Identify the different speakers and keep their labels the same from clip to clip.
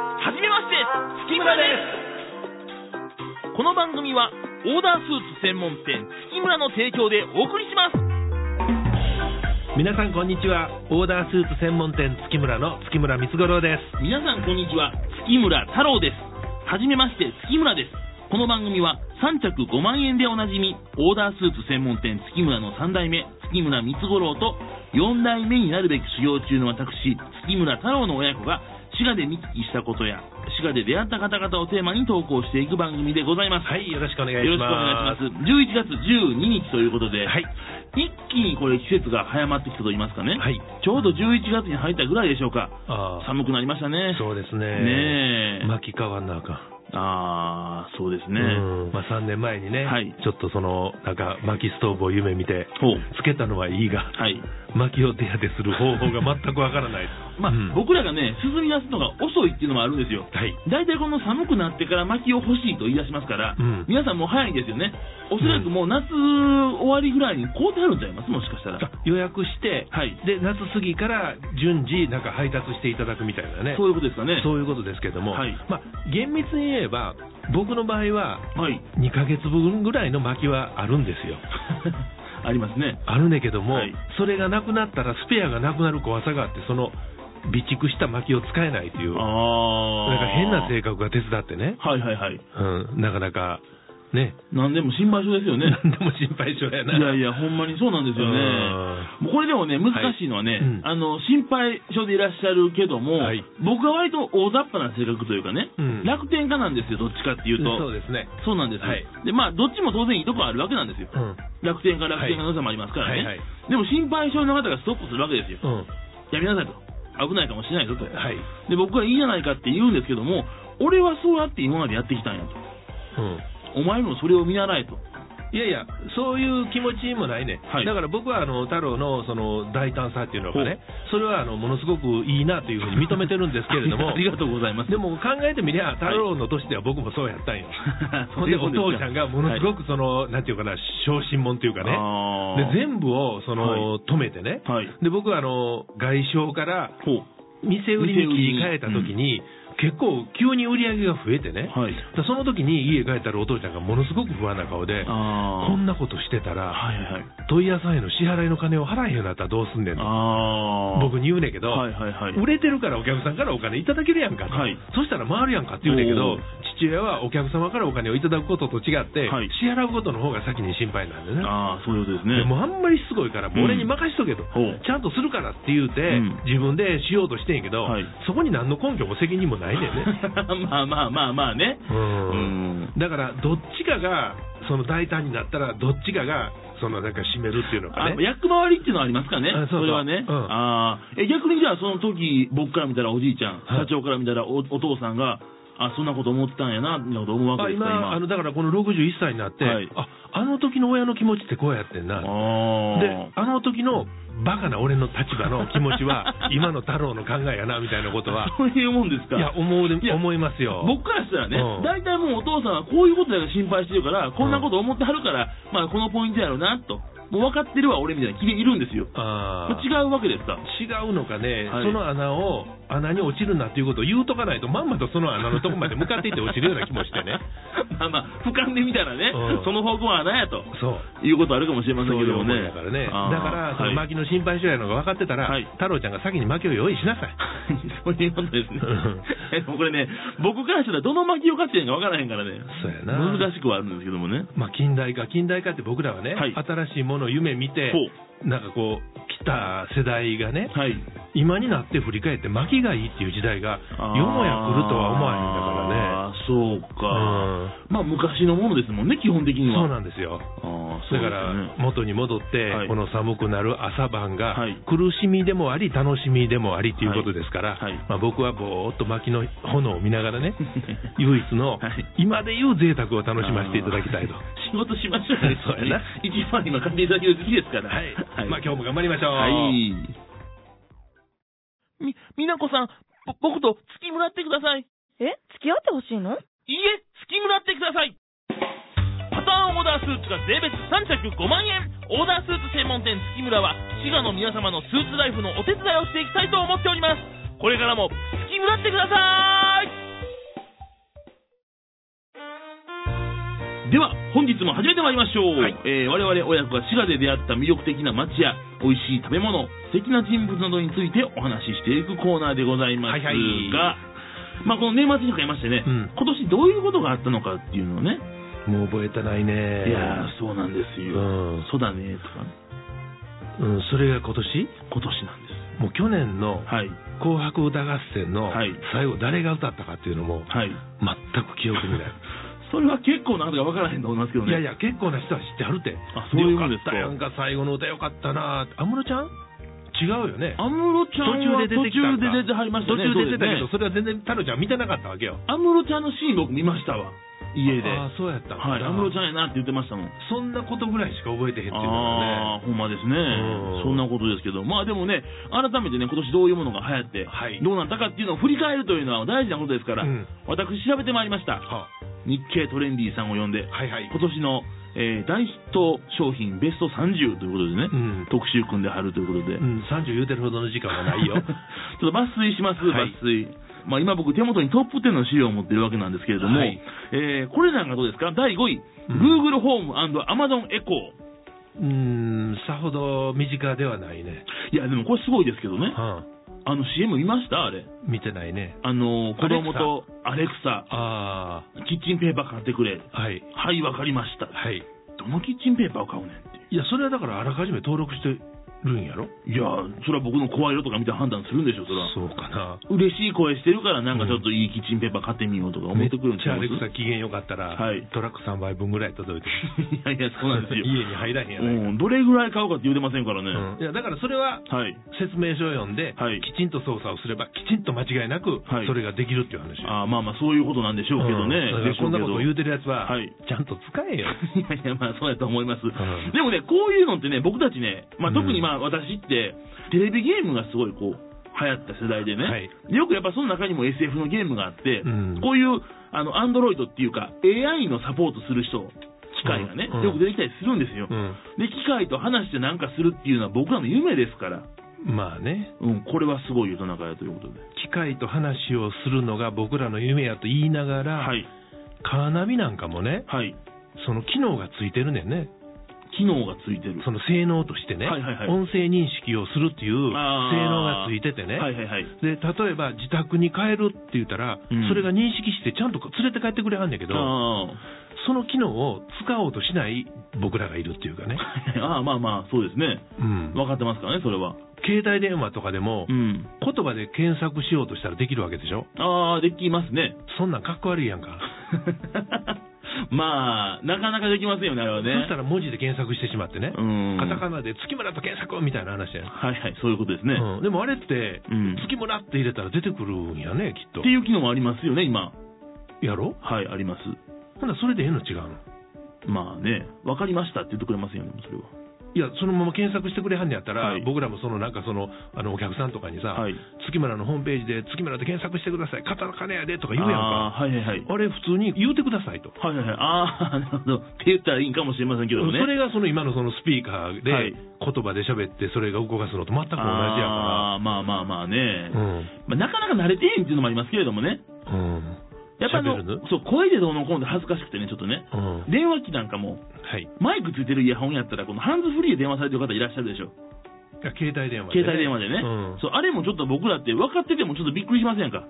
Speaker 1: まして月村ですこの番組はオーダースーツ専門店月村の提供でお送りします
Speaker 2: 皆さんこんにちはオーダースーツ専門店月村の月村光五郎です
Speaker 1: 皆さんこんにちは月村太郎ですはじめまして月村ですこの番組は3着5万円でおなじみオーダースーツ専門店月村の3代目月村光五郎と4代目になるべき修行中の私月村太郎の親子が滋賀で見聞きしたことや滋賀で出会った方々をテーマに投稿していく番組でございます
Speaker 2: はいよろしくお願い
Speaker 1: よろし
Speaker 2: し
Speaker 1: くお願い
Speaker 2: ます
Speaker 1: します。11月12日ということで、
Speaker 2: はい
Speaker 1: 一気にこれ季節が早まってきたと言いますかね、
Speaker 2: はい
Speaker 1: ちょうど11月に入ったぐらいでしょうか。
Speaker 2: ああ
Speaker 1: 寒くなりましたね。
Speaker 2: そうですね
Speaker 1: ねえ。
Speaker 2: 巻き替わんなあかん
Speaker 1: ああ、そうですね。
Speaker 2: うんまあ、3年前にね、
Speaker 1: はい
Speaker 2: ちょっとそのなんか薪ストーブを夢見て
Speaker 1: ほう。
Speaker 2: つけたのはいいが
Speaker 1: はい。
Speaker 2: 薪を手当てする方法が全くわから ない
Speaker 1: まあ、
Speaker 2: うん
Speaker 1: 僕らがね、涼み出すのが遅いっていうのもあるんですよ。
Speaker 2: はい
Speaker 1: 大体この寒くなってから薪を欲しいと言い出しますから、
Speaker 2: うん
Speaker 1: 皆さんもう早いですよね。おそらくもう夏終わりぐらいに買うてあるんちゃいますもしかしたら。
Speaker 2: あ予約して
Speaker 1: はい。
Speaker 2: で夏過ぎから順次なんか配達していただくみたいなね
Speaker 1: そういうことですか ね。
Speaker 2: そういうことですけども、
Speaker 1: はい
Speaker 2: まあ、厳密に言えば僕の場合は
Speaker 1: はい。
Speaker 2: 2ヶ月分ぐらいの薪はあるんですよ
Speaker 1: ありますね。
Speaker 2: あるねんけども、
Speaker 1: はい
Speaker 2: それがなくなったらスペアがなくなる怖さがあってその備蓄した薪を使えないというなんか
Speaker 1: ああ。
Speaker 2: 変な性格が手伝ってね、
Speaker 1: はいはいはい。
Speaker 2: うん、なかなかね
Speaker 1: なんでも心配性ですよ ね。
Speaker 2: 何でも心配性やない
Speaker 1: やいや、ほんまにそうなんですよね。もうこれでもね、難しいのはね、
Speaker 2: いうん
Speaker 1: あの、心配性でいらっしゃるけども、
Speaker 2: はい
Speaker 1: 僕は割と大雑把な性格というかね、
Speaker 2: うん
Speaker 1: 楽天家なんですよ、どっちかって
Speaker 2: う
Speaker 1: い
Speaker 2: ん
Speaker 1: うと。
Speaker 2: そうですね、
Speaker 1: そうなんです、
Speaker 2: はい
Speaker 1: で、まあ、どっちも当然いいとこあるわけなんですよ。
Speaker 2: うん
Speaker 1: 楽天家、楽天家の良さもありますからね。
Speaker 2: はいはい
Speaker 1: でも心配性の方がストップするわけですよ。
Speaker 2: うん
Speaker 1: やめなさいと。危ないかもしれないぞと。
Speaker 2: はい
Speaker 1: で、僕はいいじゃないかって言うんですけども、俺はそうやって今までやってきたんやと。
Speaker 2: うん
Speaker 1: お前もそれを見習えと。
Speaker 2: いやいや、そういう気持ちもないね、
Speaker 1: はい
Speaker 2: だから僕はあの太郎のその大胆さっていうのがね、それはあのものすごくいいなというふうに認めてるんですけれども
Speaker 1: あ、りがとうございます。
Speaker 2: でも考えてみりゃ、太郎の年では僕もそうやったんよ、
Speaker 1: そん
Speaker 2: で
Speaker 1: な
Speaker 2: お
Speaker 1: こと
Speaker 2: 父
Speaker 1: です
Speaker 2: ち
Speaker 1: か
Speaker 2: ゃんがものすごくその、なんていうかな、小心者というかね、
Speaker 1: あー
Speaker 2: で全部をその、止めてね、
Speaker 1: はい。
Speaker 2: で僕はあの外商から
Speaker 1: ほう。
Speaker 2: 店売りに切り替えた時に、結構、急に売り上げが増えてね、
Speaker 1: はい。
Speaker 2: だからその時に家帰ったらお父ちゃんがものすごく不安な顔で、
Speaker 1: あ
Speaker 2: こんなことしてた
Speaker 1: な
Speaker 2: ら、
Speaker 1: はいはいはい。
Speaker 2: 問屋さんへの支払いの金を払えへんようになったらどうすんねんと
Speaker 1: ああ。
Speaker 2: 僕に言うねんけど、
Speaker 1: はいはいはい。
Speaker 2: 売れてるからお客さんからお金いただけるやんかと、
Speaker 1: はい
Speaker 2: そしたら回るやんかって言うねんけ
Speaker 1: お
Speaker 2: ど
Speaker 1: ー
Speaker 2: 父親はお客様からお金をいただくことと違って、
Speaker 1: はい
Speaker 2: 支払うことの方が先に心配なんでね
Speaker 1: ああ、そういうことです
Speaker 2: で
Speaker 1: ね。
Speaker 2: もうあんまりしつこいから、もう俺に任しとけと、
Speaker 1: ほう。
Speaker 2: ちゃんとするからって言うて、
Speaker 1: うん
Speaker 2: 自分でしようとしてんやけど、
Speaker 1: はい
Speaker 2: そこに何の根拠も責任もないねんね
Speaker 1: まあまあまあまあね。
Speaker 2: う
Speaker 1: うんん。
Speaker 2: だからどっちかがその大胆になったらどっちかがそのなんか締めるっていうの
Speaker 1: あ
Speaker 2: かね
Speaker 1: 役回りっていうのはありますかね、
Speaker 2: あそうそう
Speaker 1: れはね、
Speaker 2: うん
Speaker 1: あーえ逆にじゃあ、その時僕から見たらおじいちゃん、
Speaker 2: はい
Speaker 1: 社長から見たらおお父さんが、あそんなこと思ってたんやな、みたいなこと思うわ
Speaker 2: あ
Speaker 1: けですか、
Speaker 2: 今
Speaker 1: 今。
Speaker 2: あのだからこの61歳になって、
Speaker 1: はい
Speaker 2: ああの時の親の気持ちってこうやってんなで
Speaker 1: あ
Speaker 2: あの時のバカな俺の立場の気持ちは 今の太郎の考えやなみたいなことは
Speaker 1: あ。そういうもんですか。
Speaker 2: いや思うで
Speaker 1: いや
Speaker 2: 思いますよ
Speaker 1: 僕からしたらね
Speaker 2: うん、
Speaker 1: 大体もうお父さんはこういうことだから心配してるから、こんなこと思ってはるから、まあこのポイントやろうなと、もう分かってるわ、俺みたいな気でいるんですよ。
Speaker 2: あ
Speaker 1: まあ
Speaker 2: ー
Speaker 1: 違うわけですか。
Speaker 2: 違うのかね、
Speaker 1: はい
Speaker 2: その穴を穴に落ちるなっていうことを言うとかないとまんまとその穴のとこまで向かっていって落ちるような気もしてね
Speaker 1: まあまあ、俯瞰で見たらね
Speaker 2: うん、
Speaker 1: その方向は穴やと。
Speaker 2: そう
Speaker 1: いうことあるかもしれ
Speaker 2: そ
Speaker 1: ま
Speaker 2: う
Speaker 1: せんけ
Speaker 2: いう
Speaker 1: ども
Speaker 2: 思い
Speaker 1: ね。
Speaker 2: だからねだ
Speaker 1: あー
Speaker 2: から
Speaker 1: は
Speaker 2: その
Speaker 1: い
Speaker 2: 薪の心配性やのが分かってたら、
Speaker 1: はい
Speaker 2: 太郎ちゃんが先に薪を用意しなさい
Speaker 1: そういうことです ね。えでもこれね、僕からしたらどの薪を買ってんのか分からへんからね。
Speaker 2: そうやな
Speaker 1: 難しくはあるんですけどもね。
Speaker 2: まあ、近代化、近代化って僕らはね、
Speaker 1: はい
Speaker 2: 新しいものを夢見て、
Speaker 1: ほ
Speaker 2: なんかこう、来た世代がね、
Speaker 1: う。はい。
Speaker 2: 今になって振り返って、薪がいいっていう時代が、よもや来るとは思わ
Speaker 1: あーそう
Speaker 2: へんだ
Speaker 1: か。
Speaker 2: からね。
Speaker 1: まあ昔のものですもんね、基本的
Speaker 2: う
Speaker 1: に
Speaker 2: ん、
Speaker 1: は。
Speaker 2: そうなんですよ。
Speaker 1: あーそ
Speaker 2: だ
Speaker 1: うで
Speaker 2: か
Speaker 1: す
Speaker 2: ら
Speaker 1: よね、
Speaker 2: 元に戻って、
Speaker 1: はい
Speaker 2: この寒くなる朝晩が
Speaker 1: はい、
Speaker 2: 苦しみでもあり、楽しみでもありということですから、
Speaker 1: はいはい
Speaker 2: まあ、僕はぼーっと薪の炎を見ながらね、唯一の、
Speaker 1: はい
Speaker 2: 今でいう贅沢を楽しませていただきたいと。。
Speaker 1: 仕事しましょうね
Speaker 2: そうやな
Speaker 1: 一番今買っていただける時期ですから。
Speaker 2: はい、まあ今日も頑張りましょう。
Speaker 1: はい。み、みなこさん、ぼ僕と月村ってください。
Speaker 3: え付き合ってほしいの
Speaker 1: いいえ、月村ってください。パターンオーダースーツが税別3着5万円。オーダースーツ専門店月村は、滋賀の皆様のスーツライフのお手伝いをしていきたいと思っております。これからも月村ってください。では本日も始めてまいりましょう、
Speaker 2: はい
Speaker 1: えー我々親子が滋賀で出会った魅力的な街や美味しい食べ物素敵な人物などについてお話ししていくコーナーでございますが、
Speaker 2: はいは
Speaker 1: まあ、この年末にかけましてね、
Speaker 2: うん
Speaker 1: 今年どういうことがあったのかっていうのをね、
Speaker 2: もう覚えてないね
Speaker 1: いやーそうなんです
Speaker 2: う
Speaker 1: よ、
Speaker 2: ん、
Speaker 1: そうだねとかね
Speaker 2: うん、それが今年
Speaker 1: 今年なんです
Speaker 2: もう去年の
Speaker 1: はい
Speaker 2: 「紅白歌合戦」の
Speaker 1: はい
Speaker 2: 最後誰が歌ったかっていうのも
Speaker 1: はい
Speaker 2: 全く記憶 にない
Speaker 1: それは結構なんとかわからへんと思いますけど
Speaker 2: い
Speaker 1: ね
Speaker 2: やいや結構な人は知ってはるって
Speaker 1: あそういうも
Speaker 2: か
Speaker 1: ん
Speaker 2: っ
Speaker 1: ですか
Speaker 2: たやんか最後の歌よかったな安室ちゃん違うよね
Speaker 1: 安室ちゃんは途
Speaker 2: 途中
Speaker 1: 中で
Speaker 2: で出
Speaker 1: 出
Speaker 2: て
Speaker 1: てはりました
Speaker 2: 途
Speaker 1: ね
Speaker 2: 中で出てたけど
Speaker 1: そうですね
Speaker 2: それは全然太郎ちゃん見てなかったわけよ
Speaker 1: 安室ちゃんのシーン僕見ましたわ家で
Speaker 2: ああそうやった
Speaker 1: はい、安室ちゃんやなって言ってましたもん。
Speaker 2: そんなことぐらいしか覚えてへんっていうのがね
Speaker 1: ああー、ほんまですね
Speaker 2: うん。
Speaker 1: そんなことですけど、まあでもね、改めてね、今年どういうものが流行って、
Speaker 2: はい
Speaker 1: どうなったかっていうのを振り返るというのは大事なことですから、
Speaker 2: うん
Speaker 1: 私調べてまいりました。
Speaker 2: は
Speaker 1: 日経トレンディさんを呼んで、
Speaker 2: はいはい
Speaker 1: 今年の、えー大ヒット商品ベスト30ということでね、
Speaker 2: うん
Speaker 1: 特集組んではるということで。
Speaker 2: うん30言うてるほどの時間はな い よ
Speaker 1: ちょっと抜粋します、
Speaker 2: はい
Speaker 1: 抜粋。まあ、今僕手元にトップ10の資料を持ってるわけなんですけれども、
Speaker 2: はい
Speaker 1: えーこれらがどうですか第5位、
Speaker 2: うん
Speaker 1: Google ホーム &Amazon エコー。
Speaker 2: うーんさほど身近ではないね
Speaker 1: いや、でもこれすごいですけどね。
Speaker 2: は
Speaker 1: あの CM 見ましたあれ。
Speaker 2: ん見てないね
Speaker 1: あのー、子供とアレクサ、
Speaker 2: あ
Speaker 1: キッチンペーパー買ってくれ。
Speaker 2: あはい
Speaker 1: はい、わかりました。
Speaker 2: はい
Speaker 1: どのキッチンペーパーを買うねんって
Speaker 2: いやそれはだからあらかじめ登録してるんやろ
Speaker 1: いう。いやー、それは僕の声色とか見て判断するんでしょ、それは。
Speaker 2: そうかな
Speaker 1: 嬉しい声してるから、なんかちょっといいキッチンペーパー買ってみようとか思ってくるん
Speaker 2: め
Speaker 1: ち
Speaker 2: っち
Speaker 1: ゃ
Speaker 2: ゃ
Speaker 1: い
Speaker 2: アレ
Speaker 1: ます
Speaker 2: クサ機嫌よかった
Speaker 1: は
Speaker 2: ら、
Speaker 1: い
Speaker 2: トラック3杯分ぐらい届いて
Speaker 1: い
Speaker 2: る
Speaker 1: やいや、そうなんですよ。
Speaker 2: 家に入らへんやないか、
Speaker 1: うん、どれぐらい買うかって言うてませんからね。
Speaker 2: うんいやだからそれは
Speaker 1: はい。
Speaker 2: 説明書を読んで、
Speaker 1: はい
Speaker 2: きちんと操作をすればきちんと間違いなく
Speaker 1: はい
Speaker 2: それができるっていう話、
Speaker 1: あーまあまあ、そういうことなんでしょうけどね。
Speaker 2: うんだから
Speaker 1: でしょ
Speaker 2: こん
Speaker 1: う
Speaker 2: な
Speaker 1: け
Speaker 2: こ
Speaker 1: ど
Speaker 2: とを言うてるやつは、
Speaker 1: はい
Speaker 2: ちゃんと使えよ
Speaker 1: いやいや、まあそうやと思います。
Speaker 2: ん
Speaker 1: でもね、こういうのってね、僕たちね、まあ
Speaker 2: うん
Speaker 1: 特にまあ私って、テレビゲームがすごいこう、流行った世代でね、
Speaker 2: はい
Speaker 1: でよくやっぱその中にも SF のゲームがあって、
Speaker 2: うん
Speaker 1: こういう、あの、アンドロイドっていうか、AI のサポートする人、機械がね、
Speaker 2: うん
Speaker 1: よく出てきたりするんですよ。
Speaker 2: うん
Speaker 1: で、機械と話してなんかするっていうのは僕らの夢ですから、
Speaker 2: まあね
Speaker 1: うん、これはすごい世の中やということで。
Speaker 2: 機械と話をするのが僕らの夢やと言いながら、
Speaker 1: はい。
Speaker 2: カーナビなんかもね
Speaker 1: はい。
Speaker 2: その機能がついてるねんね
Speaker 1: 機能がついてる。
Speaker 2: その性能としてね、
Speaker 1: はいはいはい
Speaker 2: 音声認識をするっていう性
Speaker 1: あー
Speaker 2: 能がついててね、
Speaker 1: はいはいはい。
Speaker 2: で例えば自宅に帰るって言ったら、
Speaker 1: うん
Speaker 2: それが認識してちゃんと連れて帰ってくれはんねんけど、
Speaker 1: あー
Speaker 2: その機能を使おうとしない僕らがいるっていうかね、
Speaker 1: あー、 まあまあ、そうですね。
Speaker 2: うん
Speaker 1: 分かってますからね、それは。
Speaker 2: 携帯電話とかでも、
Speaker 1: うん。
Speaker 2: 言葉で検索しようとしたらできるわけでしょ、
Speaker 1: ああ、できますね。
Speaker 2: そんなんかっこ悪いやんか、
Speaker 1: まあ、なかなかできますよね、あれはね。
Speaker 2: そしたら文字で検索してしまってね、
Speaker 1: うん。
Speaker 2: カタカナで月村と検索みたいな話やん、
Speaker 1: はいはい、そういうことですね。
Speaker 2: うんでもあれって、
Speaker 1: うん。
Speaker 2: 月村って入れたら出てくるんやね、きっと
Speaker 1: って。いう機能もありますよね、今。
Speaker 2: やろ
Speaker 1: はい、あります。
Speaker 2: ほんならそれでええの違うの
Speaker 1: まあね、分かりましたって言ってくれますよね、それは。
Speaker 2: いや、そのまま検索してくれはんねやったら、
Speaker 1: はい
Speaker 2: 僕らもそのなんかその、あのお客さんとかにさ、
Speaker 1: はい
Speaker 2: 月村のホームページで、月村で検索してください、カタカナやでとか言うやんか、
Speaker 1: ああー、はいはいはい。
Speaker 2: あれ、普通に言うてくださいと、
Speaker 1: はいはいはい。ああ、なるほど。って言ったらいいんかもしれませんけどもね。
Speaker 2: それがその今のそのスピーカーで、
Speaker 1: はい
Speaker 2: 言葉で喋って、それが動かすのと全く同じやか
Speaker 1: ああー、まあまあまあね。
Speaker 2: ら、うん、
Speaker 1: まあ、なかなか慣れてへんっていうのもありますけれどもね。
Speaker 2: うん、
Speaker 1: やっぱあの
Speaker 2: 喋るの、
Speaker 1: そう、声でどうのこうの恥ずかしくてね、ちょっとね。
Speaker 2: うん、
Speaker 1: 電話機なんかも、
Speaker 2: はい、い
Speaker 1: マイクついてるイヤホンやったら、このハンズフリーで電話されてる方いらっしゃるでしょ。
Speaker 2: や携帯電話で、
Speaker 1: 携帯電話でね。
Speaker 2: うん、
Speaker 1: そう、あれもちょっと僕らって分かっててもちょっとびっくりしませんか。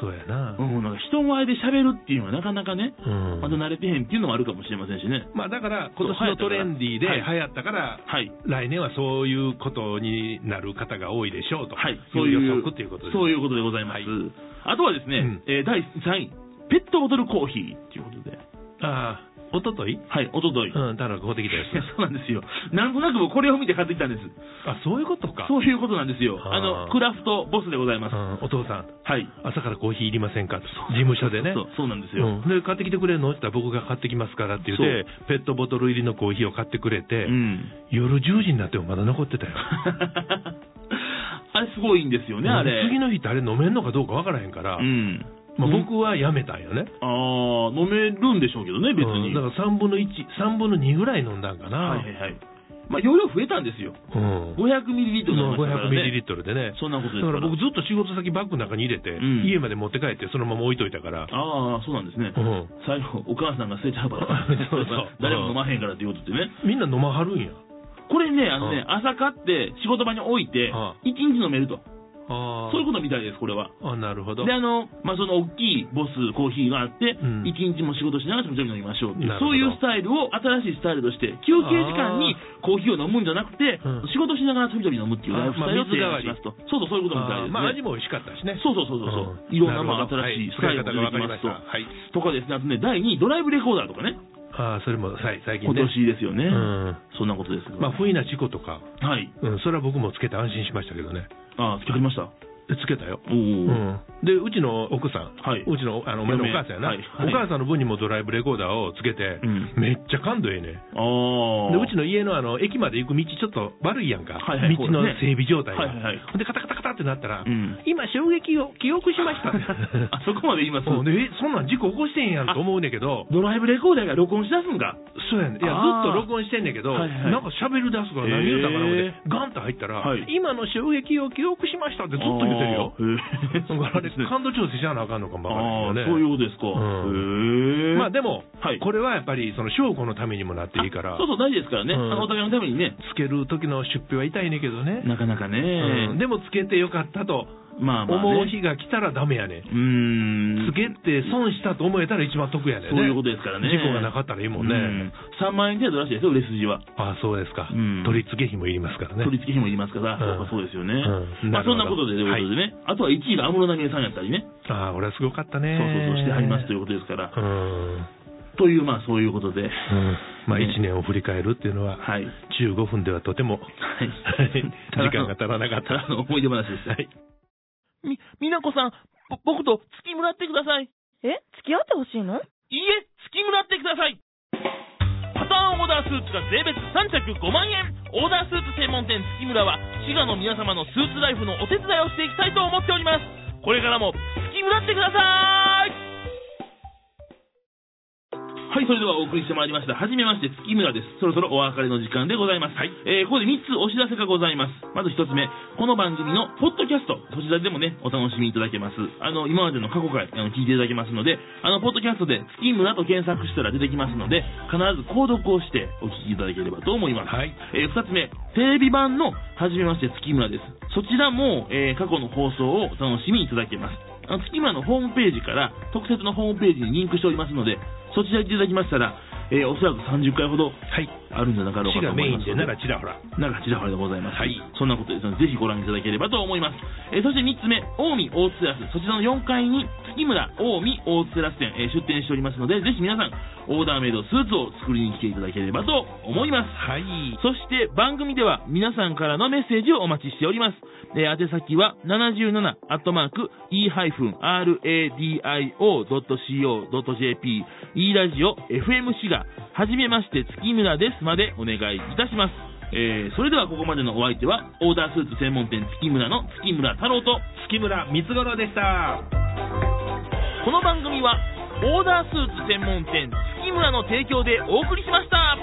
Speaker 2: そうやな
Speaker 1: う、ん、なんか人前で喋るっていうのはなかなかね、
Speaker 2: うん
Speaker 1: まだ慣れてへんっていうのもあるかもしれませんしね。
Speaker 2: まあ、だから、今年のトレンディーで
Speaker 1: は
Speaker 2: 流
Speaker 1: い
Speaker 2: 行ったから、
Speaker 1: はい。
Speaker 2: 来年はそういうことになる方が多いでしょうと、
Speaker 1: はい。
Speaker 2: そういう予測ということです。
Speaker 1: そういうことでございます。
Speaker 2: はい
Speaker 1: あとはですね、
Speaker 2: うん
Speaker 1: えー第3位、ペットボトルコーヒーっていうことで。
Speaker 2: ああ、おととい
Speaker 1: はい、おととい。
Speaker 2: うん、だからここできたや
Speaker 1: いや そうなんですよ。なんとなくもうこれを見て買ってきたんです。
Speaker 2: つ。あ、そういうことか。
Speaker 1: そういうことなんですよ。あ
Speaker 2: あ
Speaker 1: の、
Speaker 2: ー
Speaker 1: クラフトボスでございます。
Speaker 2: うん、お父さん、
Speaker 1: はい。
Speaker 2: 朝からコーヒーいりませんかと事務所でね。
Speaker 1: そう、そうなんですよ。
Speaker 2: うん、で買ってきてくれるのって言ったら僕が買ってきますからって言って、ペットボトル入りのコーヒーを買ってくれて、
Speaker 1: うん。
Speaker 2: 夜10時になってもまだ残ってたよ。
Speaker 1: あれすごいんですよね、あれ。
Speaker 2: 次の日ってあれ飲めんのかどうかわからへんから、
Speaker 1: うん。
Speaker 2: まあ、
Speaker 1: うん
Speaker 2: 僕はやめたんよね。
Speaker 1: ああ、飲めるんでしょうけどね、別
Speaker 2: う
Speaker 1: に。
Speaker 2: んだから3分の1、3分の2ぐらい飲んだんかな。
Speaker 1: はいはいはい。まあ、容量増えたんですよ。
Speaker 2: うん。
Speaker 1: 500ミリリットルになりましたから
Speaker 2: 500
Speaker 1: ね
Speaker 2: ミリリットルでね。
Speaker 1: そんなことで
Speaker 2: だ
Speaker 1: すか
Speaker 2: か
Speaker 1: らら。
Speaker 2: 僕ずっと仕事先バッグの中に入れて、
Speaker 1: うん
Speaker 2: 家まで持って帰ってそのまま置いといたから。
Speaker 1: ああ、そうなんですね
Speaker 2: う。ん。
Speaker 1: 最後、お母さんが捨てちゃうから
Speaker 2: そうそう、
Speaker 1: 誰も飲まへんからっていうことでね。
Speaker 2: みんな飲まはるんや。
Speaker 1: これね、あの
Speaker 2: う
Speaker 1: ね、朝買って仕事場に置いて
Speaker 2: う
Speaker 1: 1
Speaker 2: ん、
Speaker 1: 日飲めると。
Speaker 2: あ
Speaker 1: そういうことみたいです、これは。
Speaker 2: あ、なるほど。
Speaker 1: で、あの、まあ、その大きいボスコーヒーがあって、
Speaker 2: うん
Speaker 1: 一日も仕事しながらちょびちょび飲みましょうっていう
Speaker 2: なるほど
Speaker 1: そういうスタイルを新しいスタイルとして、休憩時間にコーヒーを飲むんじゃなくて、
Speaker 2: うん
Speaker 1: 仕事しながらちょびちょび飲むっていうライフスタイルを提案しますと。そうそう、そういうことみたいですね。
Speaker 2: あーまあ味も美味しかったしね。
Speaker 1: そうそうそうそう、う
Speaker 2: うん
Speaker 1: いろんなまあ
Speaker 2: なるほど
Speaker 1: 新しいスタイルが出てきますと、
Speaker 2: はい使い方が分か
Speaker 1: とかです
Speaker 2: りま
Speaker 1: ね、あとね、第2位、ドライブレコーダーとかね、
Speaker 2: ああ、それもさい最近
Speaker 1: 今
Speaker 2: ね。
Speaker 1: 年ですよね、
Speaker 2: うん。
Speaker 1: そんなことですけど、
Speaker 2: まあ、不意な事故とか、
Speaker 1: はい、
Speaker 2: うん、それは僕もつけて安心しましたけどね。
Speaker 1: ああ、つけはりました、
Speaker 2: でつけたよ。
Speaker 1: おお、
Speaker 2: うん。で、うちの奥さん、
Speaker 1: はいう
Speaker 2: ちの、あの、お前のお
Speaker 1: 嫁
Speaker 2: 母さんやな、
Speaker 1: はいはい
Speaker 2: お母さんの分にもドライブレコーダーをつけて、
Speaker 1: うん
Speaker 2: めっちゃ感度ええね。
Speaker 1: ああ、
Speaker 2: で、うちの家のあの、駅まで行く道ちょっと悪いやんか。
Speaker 1: はいはい
Speaker 2: 道の
Speaker 1: そうですね
Speaker 2: 整備状態が。
Speaker 1: はいはいはい
Speaker 2: ほんで、カタカタカタってなったら、
Speaker 1: うん、
Speaker 2: 今、衝撃を記憶しました。
Speaker 1: あそこまで言います、
Speaker 2: うんで、えそんなん事故起こしてんやんと思うねんけど、
Speaker 1: ドライブレコーダーが録音しだすんだ、
Speaker 2: そうやねんいや、ず
Speaker 1: あー
Speaker 2: っと録音してんねんけど、
Speaker 1: はいはい
Speaker 2: なんか喋り出すから何言うたかな思って
Speaker 1: へ、
Speaker 2: ガンと入ったら、
Speaker 1: はい
Speaker 2: 今の衝撃を記憶しましたってずっと言ってるよ。
Speaker 1: あ
Speaker 2: だ
Speaker 1: ーへえ
Speaker 2: からあれ、感度調整しなあかんのかも
Speaker 1: あ
Speaker 2: わ
Speaker 1: あ
Speaker 2: からんけどね。
Speaker 1: そういうことですか、へえ、
Speaker 2: まあでも、
Speaker 1: はい
Speaker 2: これはやっぱり、その、証拠のためにもなっていいから
Speaker 1: そう、そう、大事ですからね、
Speaker 2: うん
Speaker 1: あのお互いのためにね、
Speaker 2: つける時の出費は痛いねんけどね。
Speaker 1: なかなかね、
Speaker 2: うんでも、つけてよかったと
Speaker 1: まあまあ、ね、
Speaker 2: 思う日が来たらダメやねん。
Speaker 1: うーん
Speaker 2: つけて損したと思えたら一番得やねんね。
Speaker 1: そういうことですからね。
Speaker 2: 事故がなかったらいいもんね。
Speaker 1: うん3万円程度らしいですよ、売れ筋は。
Speaker 2: あそうですか、
Speaker 1: うん
Speaker 2: 取り付け費もいりますからね。
Speaker 1: 取り付け費もいりますから、
Speaker 2: うん
Speaker 1: そうかそうですよね。
Speaker 2: うん
Speaker 1: まあ、
Speaker 2: なる
Speaker 1: そ
Speaker 2: ほど
Speaker 1: んなことで、ということでね、あとは1位が安室奈美恵さんやったりね、
Speaker 2: ああ、俺はすごかったね。。
Speaker 1: そうそうそうしてはりますといううことですから、
Speaker 2: うん。うん
Speaker 1: という、まあそういうことで、
Speaker 2: まあ、
Speaker 1: ね
Speaker 2: 一年を振り返るっていうのは、
Speaker 1: はい。
Speaker 2: 15分ではとても、 時間が足らなかった
Speaker 1: ただの思い出話でした。
Speaker 2: はい
Speaker 1: み、みなこさん、ぼ僕と月村ってください。
Speaker 3: え付き合ってほしいの
Speaker 1: いいえ、月村ってください。パターンオーダースーツが税別3着5万円。オーダースーツ専門店月村は、滋賀の皆様のスーツライフのお手伝いをしていきたいと思っております。これからも月村ってください。はい、それではお送りしてまいりました。はじめまして、月村です。そろそろお別れの時間でございます。はい。えー、ここで3つお知らせがございます。まず1つ目、この番組のポッドキャスト、そちらでもね、お楽しみいただけます。あの、今までの過去回、あの、聞いていただけますので、あの、ポッドキャストで月村と検索したら出てきますので、必ず購読をしてお聞きいただければと思います。
Speaker 2: はい。
Speaker 1: えー、2つ目、テレビ版のはじめまして月村です。そちらも、えー過去の放送をお楽しみいただけます。あの月村のホームページから特設のホームページにリンクしておりますので、そちらに行っていただきましたら、えーおそらく30回ほど
Speaker 2: はい。
Speaker 1: あるんじゃなかろうか
Speaker 2: 市
Speaker 1: と
Speaker 2: が
Speaker 1: 思
Speaker 2: メ
Speaker 1: い
Speaker 2: イ
Speaker 1: ま
Speaker 2: ン
Speaker 1: すの
Speaker 2: で、
Speaker 1: で
Speaker 2: な。らちらほら。
Speaker 1: なんかちらほらでございます。
Speaker 2: はい
Speaker 1: そんなことですので、ぜひご覧いただければと思います。えーそして3つ目、近江大津安、そちらの4階に月村近江大津安店、えー出店しておりますので、ぜひ皆さん、オーダーメイドスーツを作りに来ていただければと思います。
Speaker 2: はい。
Speaker 1: そして番組では皆さんからのメッセージをお待ちしております。えー、宛先は77アットマーク e-radio.co.jp e ラジオ FM 滋賀はじめまして月村ですまでお願いいたします。えー、それではここまでのお相手はオーダースーツ専門店月村の月村太郎と
Speaker 2: 月村光五郎でした。
Speaker 1: この番組はオーダースーツ専門店月村の提供でお送りしました。